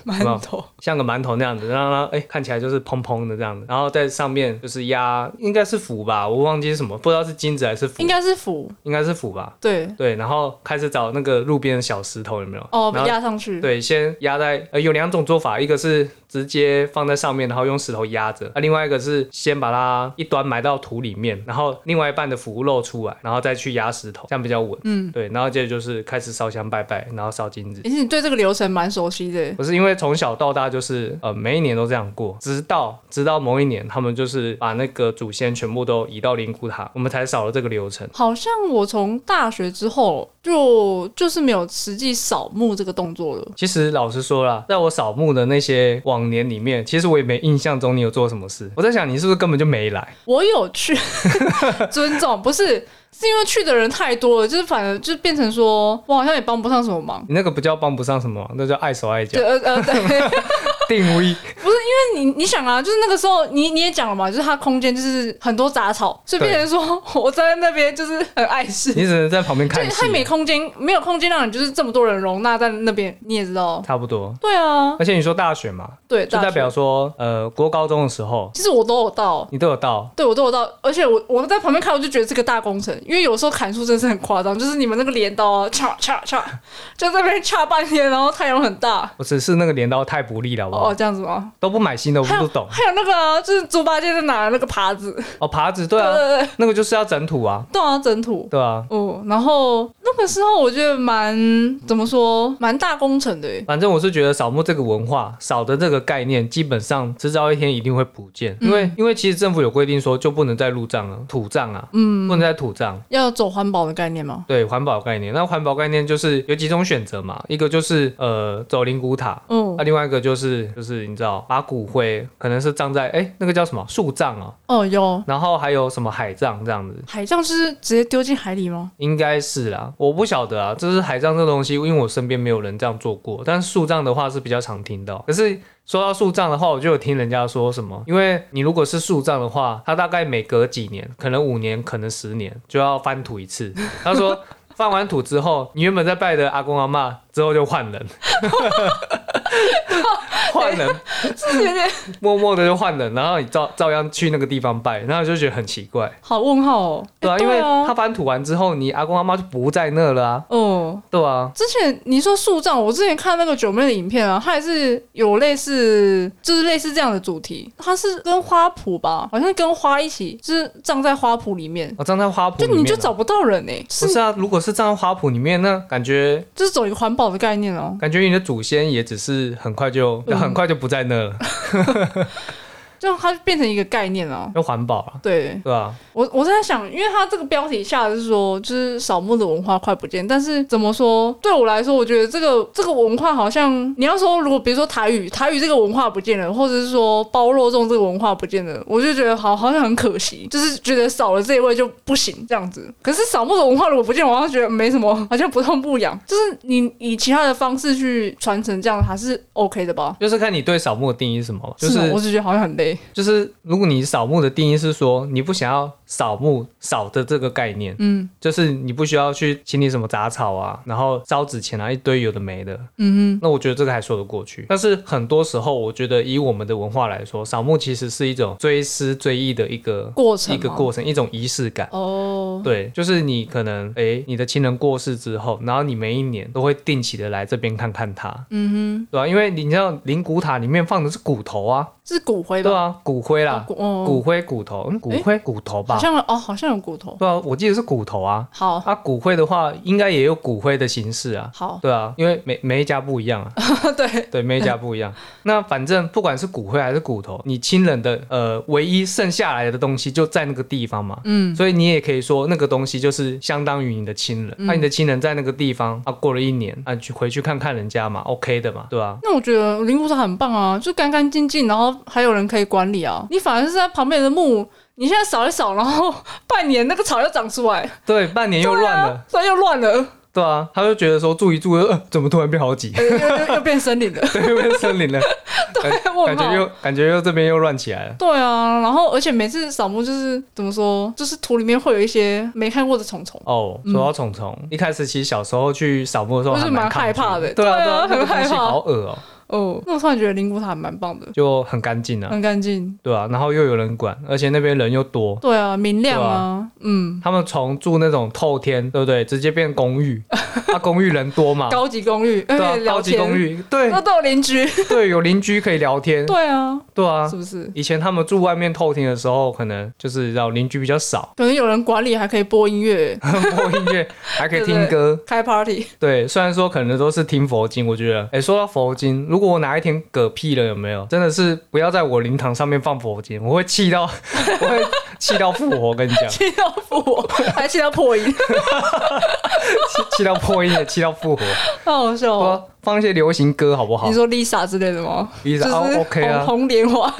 Speaker 1: 馒头，
Speaker 2: 像个馒头那样子，让它哎看起来就是蓬蓬的这样子，然后在上面就是压应该是腐吧，我忘记是什么，不知道是金子还是腐，
Speaker 1: 应该是腐，
Speaker 2: 应该是腐吧。
Speaker 1: 对，
Speaker 2: 对，然后开始找那个路边的小石头，有没有？
Speaker 1: 哦，
Speaker 2: 然后
Speaker 1: 压上去，
Speaker 2: 对，先压在呃，有两种做法，一个是直接放在上面，然后用石头压着；，啊那、另外一个是先把它一端埋到土里面，然后另外一半的腐露出来，然后再去压石头，这样比较稳。嗯，对，然后接着就是开始烧香拜拜，然后烧金纸。
Speaker 1: 其实你对这个流程蛮熟悉的。欸
Speaker 2: 不是因为从小到大就是呃每一年都这样过，直到直到某一年，他们就是把那个祖先全部都移到灵骨塔，我们才少了这个流程。
Speaker 1: 好像我从大学之后就就是没有实际扫墓这个动作了。
Speaker 2: 其实老实说啦，在我扫墓的那些往年里面，其实我也没印象中你有做什么事。我在想，你是不是根本就没来？
Speaker 1: 我有 去尊重，不是是因为去的人太多了，就是反而就变成说我好像也帮不上什么忙。
Speaker 2: 你那个不叫帮不上什么，那叫碍手碍脚
Speaker 1: 对，，呃呃，对， 因
Speaker 2: 定 位。
Speaker 1: 为你你想啊，就是那个时候你你也讲了嘛，就是它空间就是很多杂草，所以变成说我站在那边就是很碍事，
Speaker 2: 你只能在旁边
Speaker 1: 就是
Speaker 2: 看戏
Speaker 1: 它，没空间，没有空间让你就是这么多人容纳在那边，你也知道。
Speaker 2: 差不多。
Speaker 1: 对啊，
Speaker 2: 而且你说大学嘛，
Speaker 1: 对，
Speaker 2: 就
Speaker 1: 大
Speaker 2: 代
Speaker 1: 学
Speaker 2: 表说，呃，国高中的时候
Speaker 1: 其实我都有到，
Speaker 2: 你都有到。
Speaker 1: 对我都有到，而且我我在旁边看，我就觉得这个大工程，因为有时候砍树真是很夸张，就是你们那个镰刀啊，叉叉叉，就在那边叉半天，然后太阳很大，
Speaker 2: 不是，是那个镰刀太不利了，好不好？
Speaker 1: 哦，这样子吗？
Speaker 2: 都不买新的，我
Speaker 1: 还有
Speaker 2: 不懂。
Speaker 1: 还有那个啊、就是猪八戒在拿的那个耙子，
Speaker 2: 哦，耙子，对
Speaker 1: 对
Speaker 2: 啊，
Speaker 1: 对对，
Speaker 2: 那个就是要整土啊，
Speaker 1: 对啊，整土，
Speaker 2: 对啊。
Speaker 1: 哦，然后那个时候我觉得蛮怎么说，蛮大工程的耶。欸
Speaker 2: 反正我是觉得扫墓这个文化、扫的这个概念，基本上迟早一天一定会不见，因为因为其实政府有规定说，就不能在路障啊、土葬啊，嗯，不能在土葬。
Speaker 1: 要走环保的概念吗？
Speaker 2: 对环保概念，那环保概念就是有几种选择嘛，一个就是呃走灵骨塔，
Speaker 1: 嗯
Speaker 2: 那、，另外一个就是就是你知道把骨灰可能是葬在哎、那个叫什么树葬哦，
Speaker 1: 哦，有
Speaker 2: 然后还有什么海葬这样子，
Speaker 1: 海葬是直接丢进海里 吗？
Speaker 2: 应该是啦，我不晓得啊，就是海葬这东西，因为我身边没有人这样做过，但是树葬的话是比较常听到。可是说到树葬的话，我就有听人家说什么，因为你如果是树葬的话，它大概每隔几年，可能五年，可能十年就要翻土一次。他说。翻完土之后，你原本在拜的阿公阿嬷之后就换人，换人，
Speaker 1: 这有点
Speaker 2: 默默的就换人，然后你照照样去那个地方拜，然后你就觉得很奇怪，
Speaker 1: 好问号哦。
Speaker 2: 对啊，
Speaker 1: 哎
Speaker 2: 因为
Speaker 1: 啊
Speaker 2: 他翻土完之后，你阿公阿嬷就不在那了啊，
Speaker 1: 哦，
Speaker 2: 对啊，
Speaker 1: 之前你说树葬，我之前看那个九妹的影片啊，它也是有类似，就是类似这样的主题，它是跟花圃吧，好像跟花一起，就是葬在花圃里面，
Speaker 2: 哦，葬在花圃
Speaker 1: 就
Speaker 2: 里面、啊。
Speaker 1: 你就找不到人哎、
Speaker 2: 不
Speaker 1: 是
Speaker 2: 是啊，如果是葬在花圃里面，那感觉
Speaker 1: 就是走一个环保的概念哦、
Speaker 2: 感觉你的祖先也只是很快就、
Speaker 1: 嗯
Speaker 2: 很快就不在那了，
Speaker 1: 就它变成一个概念哦、
Speaker 2: 要环保啊，
Speaker 1: 对
Speaker 2: 对吧、
Speaker 1: 我，我在想，因为它这个标题下的是说，就是扫墓的文化快不见，但是怎么说，对我来说，我觉得这个这个文化好像，你要说如果比如说台语，台语这个文化不见了，或者是说包肉粽这个文化不见了，我就觉得好好像很可惜，就是觉得少了这一位就不行这样子。可是扫墓的文化如果不见，我好像觉得没什么，好像不痛不痒，就是你以其他的方式去传承，这样还是 OK 的吧？
Speaker 2: 就是看你对扫墓的定义是什么，就是
Speaker 1: 吗
Speaker 2: 是
Speaker 1: 啊我只觉得好像很累。
Speaker 2: 就是如果你扫墓的定义是说你不想要扫墓扫的这个概念，嗯，就是你不需要去清理什么杂草啊，然后烧纸钱啊一堆有的没的，嗯哼，那我觉得这个还说得过去。但是很多时候，我觉得以我们的文化来说，扫墓其实是一种追思追忆的一个
Speaker 1: 过程
Speaker 2: 一个
Speaker 1: 吗
Speaker 2: 过程，一种仪式感。
Speaker 1: 哦，
Speaker 2: 对，就是你可能诶，你的亲人过世之后，然后你每一年都会定期的来这边看看他，嗯哼，对吧、因为你知道灵骨塔里面放的是骨头啊，
Speaker 1: 是骨灰
Speaker 2: 对
Speaker 1: 吧？
Speaker 2: 啊，骨灰啦，
Speaker 1: 骨哦
Speaker 2: 骨灰、骨头，嗯，骨灰、骨头
Speaker 1: 好
Speaker 2: 吧，
Speaker 1: 像哦，好像有骨头。
Speaker 2: 对啊，我记得是骨头啊。
Speaker 1: 好，
Speaker 2: 啊，骨灰的话，应该也有骨灰的形式啊。
Speaker 1: 好，
Speaker 2: 对啊，因为每每一家不一样啊，
Speaker 1: 对，
Speaker 2: 对，每一家不一样。那反正不管是骨灰还是骨头，你亲人的呃唯一剩下来的东西就在那个地方嘛，
Speaker 1: 嗯，
Speaker 2: 所以你也可以说那个东西就是相当于你的亲
Speaker 1: 嗯
Speaker 2: 人。那、你的亲人在那个地方啊，过了一年啊，你去回去看看人家嘛，OK 的嘛，对吧、
Speaker 1: 那我觉得灵骨塔很棒啊，就干干净净，然后还有人可以管理啊。你反而是在旁边的墓，你现在扫一扫，然后 半年那个草又长出来，
Speaker 2: 对，半年又乱了，
Speaker 1: 所以又乱了，
Speaker 2: 对啊，他就觉得说住一住，呃，怎么突然变 好挤？
Speaker 1: 又又又变森 林了。
Speaker 2: 对，又变森林了，
Speaker 1: 我
Speaker 2: 感
Speaker 1: 很好
Speaker 2: 觉又感觉又这边又乱起来了。
Speaker 1: 对啊，然后而且每次扫墓就是怎么说，就是土里面会有一些没看过的虫虫，
Speaker 2: 哦，说到虫虫，一开始其实小时候去扫墓的时
Speaker 1: 嗯
Speaker 2: 候
Speaker 1: 就是
Speaker 2: 还
Speaker 1: 蛮
Speaker 2: 抗
Speaker 1: 害
Speaker 2: 拒
Speaker 1: 怕的
Speaker 2: 对啊，
Speaker 1: 对
Speaker 2: 对
Speaker 1: 啊
Speaker 2: 啊，那
Speaker 1: 很
Speaker 2: 个
Speaker 1: 害
Speaker 2: 东西
Speaker 1: 怕
Speaker 2: 好恶哦，
Speaker 1: 哦，那我突然觉得灵骨塔还蛮棒的，
Speaker 2: 就很干净啊，
Speaker 1: 很干净。
Speaker 2: 对啊，然后又有人管，而且那边人又多，
Speaker 1: 对啊，明亮
Speaker 2: 对
Speaker 1: 啊，嗯，
Speaker 2: 他们从住那种透天，对不对？直接变公寓， 啊，公寓人多嘛，
Speaker 1: 高级公寓，
Speaker 2: 对啊
Speaker 1: 哎， 聊
Speaker 2: 高级
Speaker 1: 天
Speaker 2: 公寓，对
Speaker 1: 那都有邻居，
Speaker 2: 对，有邻居可以聊天，
Speaker 1: 对啊，
Speaker 2: 对啊
Speaker 1: 是。不是？，
Speaker 2: 以前他们住外面透天的时候，可能就是让邻居比较少
Speaker 1: 可能有人管理还可以播音 乐、
Speaker 2: 播音乐，还可以
Speaker 1: 对
Speaker 2: 听
Speaker 1: 对
Speaker 2: 歌，
Speaker 1: 开 party，
Speaker 2: 对，虽然说可能都是听佛经，我觉得，哎，说到佛经，如果我哪一天嗝屁了，有没有？真的是不要在我灵堂上面放佛经，我会气到， 我会气到复活，我跟你讲，气
Speaker 1: 气到复 活，还气到破音，
Speaker 2: 气到破音也气到复活。
Speaker 1: 太好笑了。
Speaker 2: 说放一些流行歌好不好
Speaker 1: 哦你？说 Lisa 之类的吗
Speaker 2: Lisa，
Speaker 1: 就是
Speaker 2: 哦，OK 啊
Speaker 1: 红红莲花，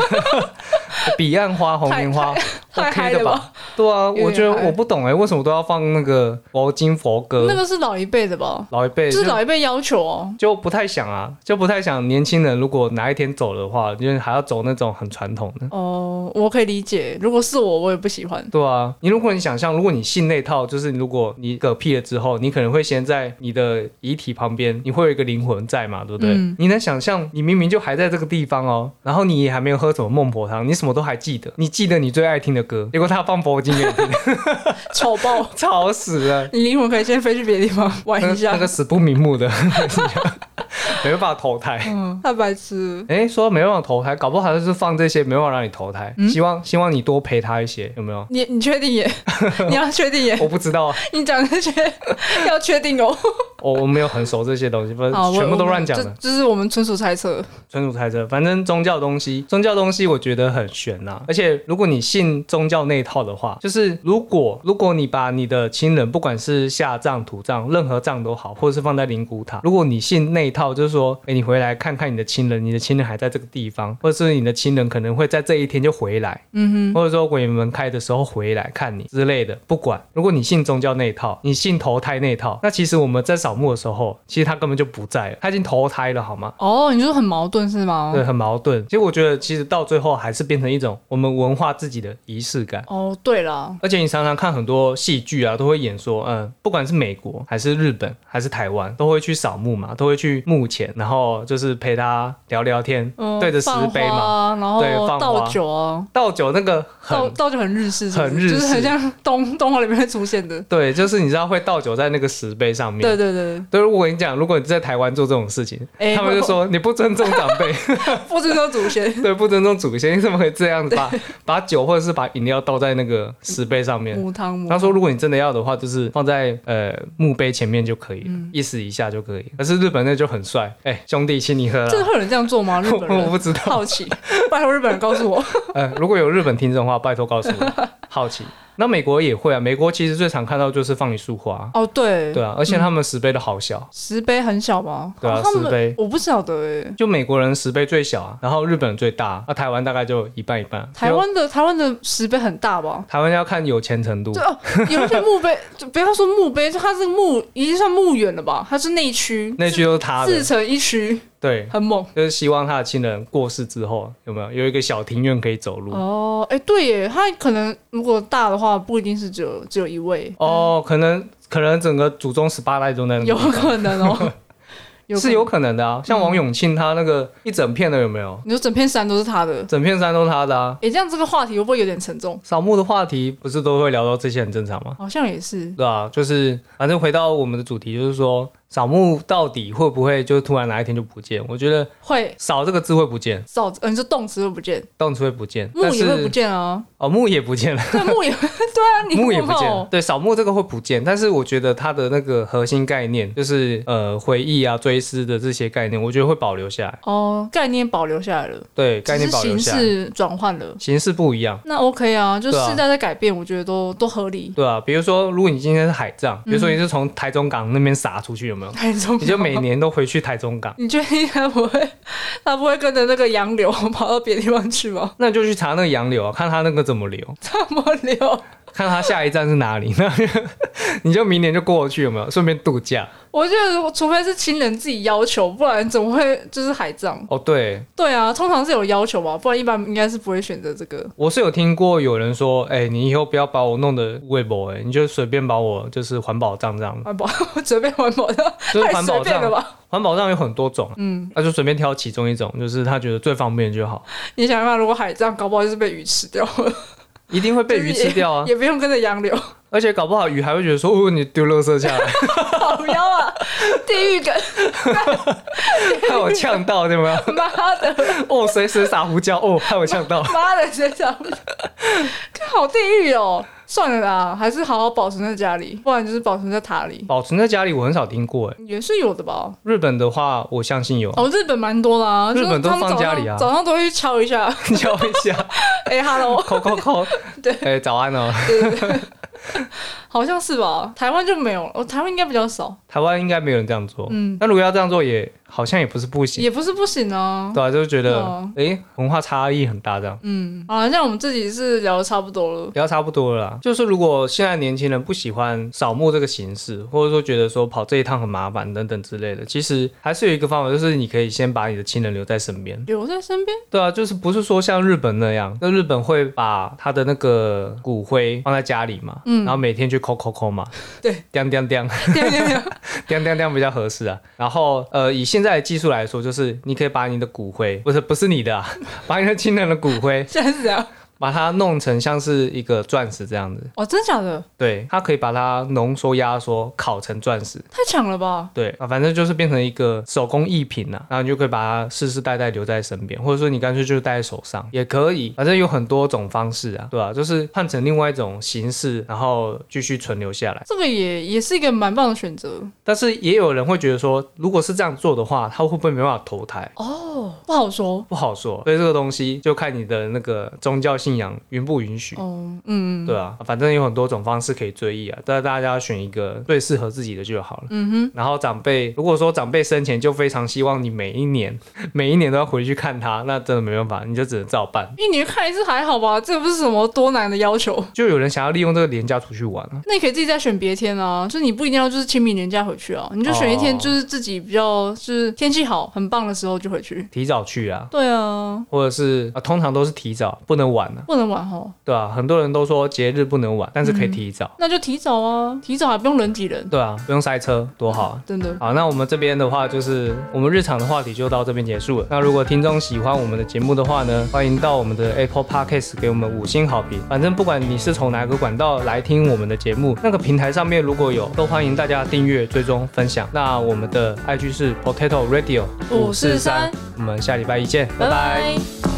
Speaker 2: 彼岸花、红
Speaker 1: 太
Speaker 2: 莲花
Speaker 1: 太嗨
Speaker 2: ，OK 的
Speaker 1: 了
Speaker 2: 吧？？对啊，
Speaker 1: 点
Speaker 2: 我觉得
Speaker 1: 嗨
Speaker 2: 我不懂哎，为什么都要放那个佛经佛歌？
Speaker 1: 那个是老一辈的吧？
Speaker 2: 老一辈
Speaker 1: 就是
Speaker 2: 嗯就
Speaker 1: 老一辈要求哦。
Speaker 2: 就不太想啊，就不太想年轻人如果哪一天走的话，就是还要走那种很传统的。
Speaker 1: 哦，我可以理解，如果是我，我也不喜欢。
Speaker 2: 对啊，你如果你想象，如果你信那套，就是如果你嗝屁了之后，你可能会先在你的遗体旁边，你会有一个灵魂在嘛，对不对？
Speaker 1: 嗯
Speaker 2: 你能想象，你明明就还在这个地方哦，然后你也还没有喝什么孟婆汤，你什么都还记得，你记得你最爱听的歌， 结果他放佛经给你听，
Speaker 1: 丑 爆，
Speaker 2: 吵死了。
Speaker 1: 你灵魂可以先飞去别的地方玩
Speaker 2: 那
Speaker 1: 一
Speaker 2: 个
Speaker 1: 下
Speaker 2: 那。个死不瞑目的，没办法投胎。
Speaker 1: 嗯，太白痴。
Speaker 2: 哎、说没办法投胎，搞不好就是放这些没办法让你投胎，
Speaker 1: 嗯
Speaker 2: 希望希望你多陪他一些，有没有？
Speaker 1: 你你确定 耶？你要确定耶？
Speaker 2: 我不知道啊，
Speaker 1: 你讲这些 要确定哦。
Speaker 2: 我我没有很熟这些东西，不是
Speaker 1: 好，哦我
Speaker 2: 全部都
Speaker 1: 我
Speaker 2: 乱讲
Speaker 1: 这
Speaker 2: 的，
Speaker 1: 这是我们纯属猜测。
Speaker 2: 纯属猜测。反正宗教东西，宗教东西我觉得很悬呐、而且如果你信宗教那一套的话，就是如果如果你把你的亲人，不管是下葬、土葬，任何葬都好，或者是放在灵骨塔，如果你信那一套，就是说，哎、你回来看看你的亲人，你的亲人还在这个地方，或者是你的亲人可能会在这一天就回来，
Speaker 1: 嗯
Speaker 2: 或者说鬼门开的时候回来看你之类的，不管。如果你信宗教那一套，你信投胎那一套，那其实我们在扫墓的时候，其实他根本就不在了，他已经投胎了，好吗？
Speaker 1: 哦，你就说很矛盾是吗？
Speaker 2: 对，很矛盾。其实我觉得，其实到最后还是变成一种我们文化自己的仪式感。
Speaker 1: 哦，对了，
Speaker 2: 而且你常常看很多戏剧啊，都会演说，嗯，不管是美国还是日本还是台湾，都会去扫墓嘛，都会去墓前，然后就是陪他聊聊天，
Speaker 1: 嗯，
Speaker 2: 对着石
Speaker 1: 放
Speaker 2: 碑
Speaker 1: 花
Speaker 2: 嘛，
Speaker 1: 啊，然
Speaker 2: 对
Speaker 1: 后
Speaker 2: 放
Speaker 1: 倒
Speaker 2: 花
Speaker 1: 酒啊，
Speaker 2: 倒酒那个很
Speaker 1: 倒倒酒很日式是不是，
Speaker 2: 很日
Speaker 1: 就是很
Speaker 2: 式
Speaker 1: 像动动画里面会出现的。
Speaker 2: 对，就是你知道会倒酒在那个石碑上面。
Speaker 1: 对对对，
Speaker 2: 对，我跟你讲，如果你在台湾做这种事情，
Speaker 1: 哎
Speaker 2: 他们就说你不尊重长辈，
Speaker 1: 不尊重祖先。
Speaker 2: 对，不尊重祖先，你怎么可以这样子把把酒或者是把饮料倒在那个石碑上面？
Speaker 1: 母汤母
Speaker 2: 他说，如果你真的要的话，就是放在呃墓碑前面就可以了，
Speaker 1: 嗯
Speaker 2: 意思一下就可以。可是日本那就很帅，哎、兄弟，请你喝
Speaker 1: 真的。
Speaker 2: 了
Speaker 1: 会有人这样做吗？日
Speaker 2: 我
Speaker 1: 本
Speaker 2: 我
Speaker 1: 人
Speaker 2: 不知道，
Speaker 1: 好奇，拜托日本人告诉我。
Speaker 2: 呃，如果有日本听众的话，拜托告诉我，好奇。那美国也会啊，美国其实最常看到就是放一束花，
Speaker 1: 哦，对，嗯
Speaker 2: 对啊，而且他们石碑都好小，
Speaker 1: 石碑很小吗？
Speaker 2: 对啊
Speaker 1: 哦他们
Speaker 2: 石碑
Speaker 1: 我不晓得哎。
Speaker 2: 就美国人十倍最小啊，然后日本人最大，那、台湾大概就一半一半。
Speaker 1: 台湾的台湾的石碑很大吧？
Speaker 2: 台湾要看有钱程度
Speaker 1: 就，哦，有一些墓碑， 就不要说墓碑，就它是墓，已经算墓园了吧？它是内区，
Speaker 2: 那区都是他
Speaker 1: 自
Speaker 2: 的，
Speaker 1: 成一区，
Speaker 2: 对，
Speaker 1: 很猛。
Speaker 2: 就是希望他的亲人过世之后有没有有一个小庭院可以走路。哦
Speaker 1: 哦，哎，对耶，它可能如果大的话，不一定是只有只有一位，
Speaker 2: 可能可能整个祖宗十八代都哦能
Speaker 1: 有可能哦， 有可
Speaker 2: 是
Speaker 1: 能嗯
Speaker 2: 有可能的啊，像王永庆他那个一整片的有没有？
Speaker 1: 你说整片山都是他的，
Speaker 2: 整片山都他的啊。
Speaker 1: 哎，这样这个话题会不会有点沉重？
Speaker 2: 扫墓的话题不是都会聊到这些，很正常吗？
Speaker 1: 好像也是，
Speaker 2: 对啊，就是反正回到我们的主题，就是说扫墓到底会不会就突然哪一天就不见？我觉得
Speaker 1: 会
Speaker 2: 扫这个字会不见，
Speaker 1: 少，嗯、你说动词会不见，
Speaker 2: 动词会不见，
Speaker 1: 木
Speaker 2: 但
Speaker 1: 也
Speaker 2: 是
Speaker 1: 会不见啊，
Speaker 2: 哦，木也不见了，
Speaker 1: 对， 木也对啊， 你
Speaker 2: 木也不见
Speaker 1: 哦，，
Speaker 2: 对，扫墓这个会不见，但是我觉得它的那个核心概念，就是呃回忆啊、追思的这些概念，我觉得会保留下来，
Speaker 1: 哦，概念保留下来了，
Speaker 2: 对，概念
Speaker 1: 只
Speaker 2: 保
Speaker 1: 是
Speaker 2: 留
Speaker 1: 形
Speaker 2: 下来，
Speaker 1: 式转换了，
Speaker 2: 形式不一样。
Speaker 1: 那 OK 啊，就
Speaker 2: 对啊
Speaker 1: 世代在改变，我觉得都都合理，
Speaker 2: 对啊，比如说，如果你今天是海葬，
Speaker 1: 嗯
Speaker 2: 比如说你是从台中港那边撒出去，有没有？
Speaker 1: 太重要
Speaker 2: 你就每年都回去台中港，
Speaker 1: 你确定他不会，他不会跟着那个洋流跑到别的地方去吗？
Speaker 2: 那你就去查那个洋流啊，看它那个怎么流，
Speaker 1: 这么流，
Speaker 2: 看它下一站是哪里， 那你就明年就过去，有没有？顺便度假。
Speaker 1: 我觉得除非是亲人自己要求，不然怎么会就是海葬？
Speaker 2: 哦，对，
Speaker 1: 对啊，通常是有要求吧，不然一般应该是不会选择这个。
Speaker 2: 我是有听过有人说，哎、你以后不要把我弄得微博，哎，你就随便把我就是环保账这样，
Speaker 1: 环保， 准备环保的，
Speaker 2: 就是
Speaker 1: 太
Speaker 2: 环
Speaker 1: 随
Speaker 2: 保
Speaker 1: 便了
Speaker 2: 账，
Speaker 1: 吧？
Speaker 2: 环保账有很多种，嗯，那、就随便挑其中一种，就是他觉得最方便就好，
Speaker 1: 你想想看，如果海葬，搞不好就是被鱼吃掉了，
Speaker 2: 一定会 被鱼吃掉啊，
Speaker 1: 也不用跟着洋 流，
Speaker 2: 而且搞不好鱼还会觉得说，哦，你丢垃圾下 来，
Speaker 1: 好妖啊！地狱梗，
Speaker 2: 害我呛到，对 吗？
Speaker 1: 妈的，
Speaker 2: 哦，随时撒胡椒，哦，害我呛到，
Speaker 1: 妈的，谁想？这好地狱哦！算了啦，还是好好保存在家里，不然就是保存在塔里，
Speaker 2: 保存在家里我很少听过，哎，
Speaker 1: 也是有的吧？
Speaker 2: 日本的话我相信有，
Speaker 1: 哦，日本蛮多啦，
Speaker 2: 日本都
Speaker 1: 就是他们
Speaker 2: 放
Speaker 1: 早上
Speaker 2: 家里啊
Speaker 1: 早上都会去敲一下，
Speaker 2: 敲一 下，
Speaker 1: 哎，hello，
Speaker 2: 扣扣扣，
Speaker 1: 对
Speaker 2: 哎、早安哦，
Speaker 1: 好像是吧？台湾就没有了，哦，台湾应该比较少，
Speaker 2: 台湾应该没有人这样做，
Speaker 1: 嗯，
Speaker 2: 那如果要这样做也好像也不是不行。
Speaker 1: 也不是不行啊。
Speaker 2: 对啊，就觉
Speaker 1: 对
Speaker 2: 得
Speaker 1: 啊
Speaker 2: 诶，文化差异很大这样。
Speaker 1: 嗯，好了，像我们自己是聊的差不多了。
Speaker 2: 聊差不多了啦，就是如果现在年轻人不喜欢扫墓这个形式，或者说觉得说跑这一趟很麻烦等等之类的，其实还是有一个方法，就是你可以先把你的亲人留在身边。
Speaker 1: 留在身边，
Speaker 2: 对啊，就是不是说像日本那样，那日本会把他的那个骨灰放在家里嘛，嗯，然后每天去抠抠抠 嘛，
Speaker 1: 对，
Speaker 2: 叮叮 叮，
Speaker 1: 对对对，
Speaker 2: 叮叮叮比较合适啊。然后呃，以现在的技术来 说，就是你可以把你的骨灰，不是不是你的、啊，把你的亲人的骨灰
Speaker 1: 现在是这样，
Speaker 2: 把它弄成像是一个钻石这样子，
Speaker 1: 哦，真的假的？
Speaker 2: 对，它可以把它浓缩、压缩、烤成钻石。
Speaker 1: 太强了吧！
Speaker 2: 对啊，反正就是变成一个手工艺品呐、然后你就可以把它世世代代留在身边，或者说你干脆就戴在手上也可以，反正有很多种方式啊，对吧、就是换成另外一种形式，然后继续存留下来。
Speaker 1: 这个也也是一个蛮棒的选择
Speaker 2: 但是也有人会觉得说，如果是这样做的话，它会不会没办法投胎？
Speaker 1: 哦，不好说。
Speaker 2: 不好说，所以这个东西就看你的那个宗教信仰允不允许。
Speaker 1: 哦，嗯，
Speaker 2: 对啊，反正有很多种方式可以追忆啊，但大家选一个最适合自己的就好了。嗯哼。然后长辈，如果说长辈生前就非常希望你每一年 每一年都要回去看他，那真的没办法，你就只能照办。
Speaker 1: 一年看一次还好吧，这个不是什么多难的要求。
Speaker 2: 就有人想要利用这个廉价出去玩啊，
Speaker 1: 那你可以自己再选别天啊，就你不一定要就是清明年假回去啊，你就选一天
Speaker 2: 哦
Speaker 1: 就是自己比较就是天气好很棒的时候就回去。
Speaker 2: 提早去啊，
Speaker 1: 对啊，
Speaker 2: 或者是啊，通常都是提早，不能晚啊，
Speaker 1: 不能晚哦，
Speaker 2: 对啊，很多人都说节日不能晚，但是可以提早，
Speaker 1: 那就提早啊，提早还不用人挤人，
Speaker 2: 对啊，不用塞车，多好啊。
Speaker 1: 真的。
Speaker 2: 好，那我们这边的话，就是我们日常的话题就到这边结束了。那如果听众喜欢我们的节目的话呢，欢迎到我们的 Apple Podcast 给我们五星好评。反正不管你是从哪个管道来听我们的节目，那个平台上面如果有，都欢迎大家订阅、追踪、分享。那我们的 IG 是 Potato Radio
Speaker 1: 543，
Speaker 2: 我们下礼拜一见，拜拜
Speaker 1: 拜拜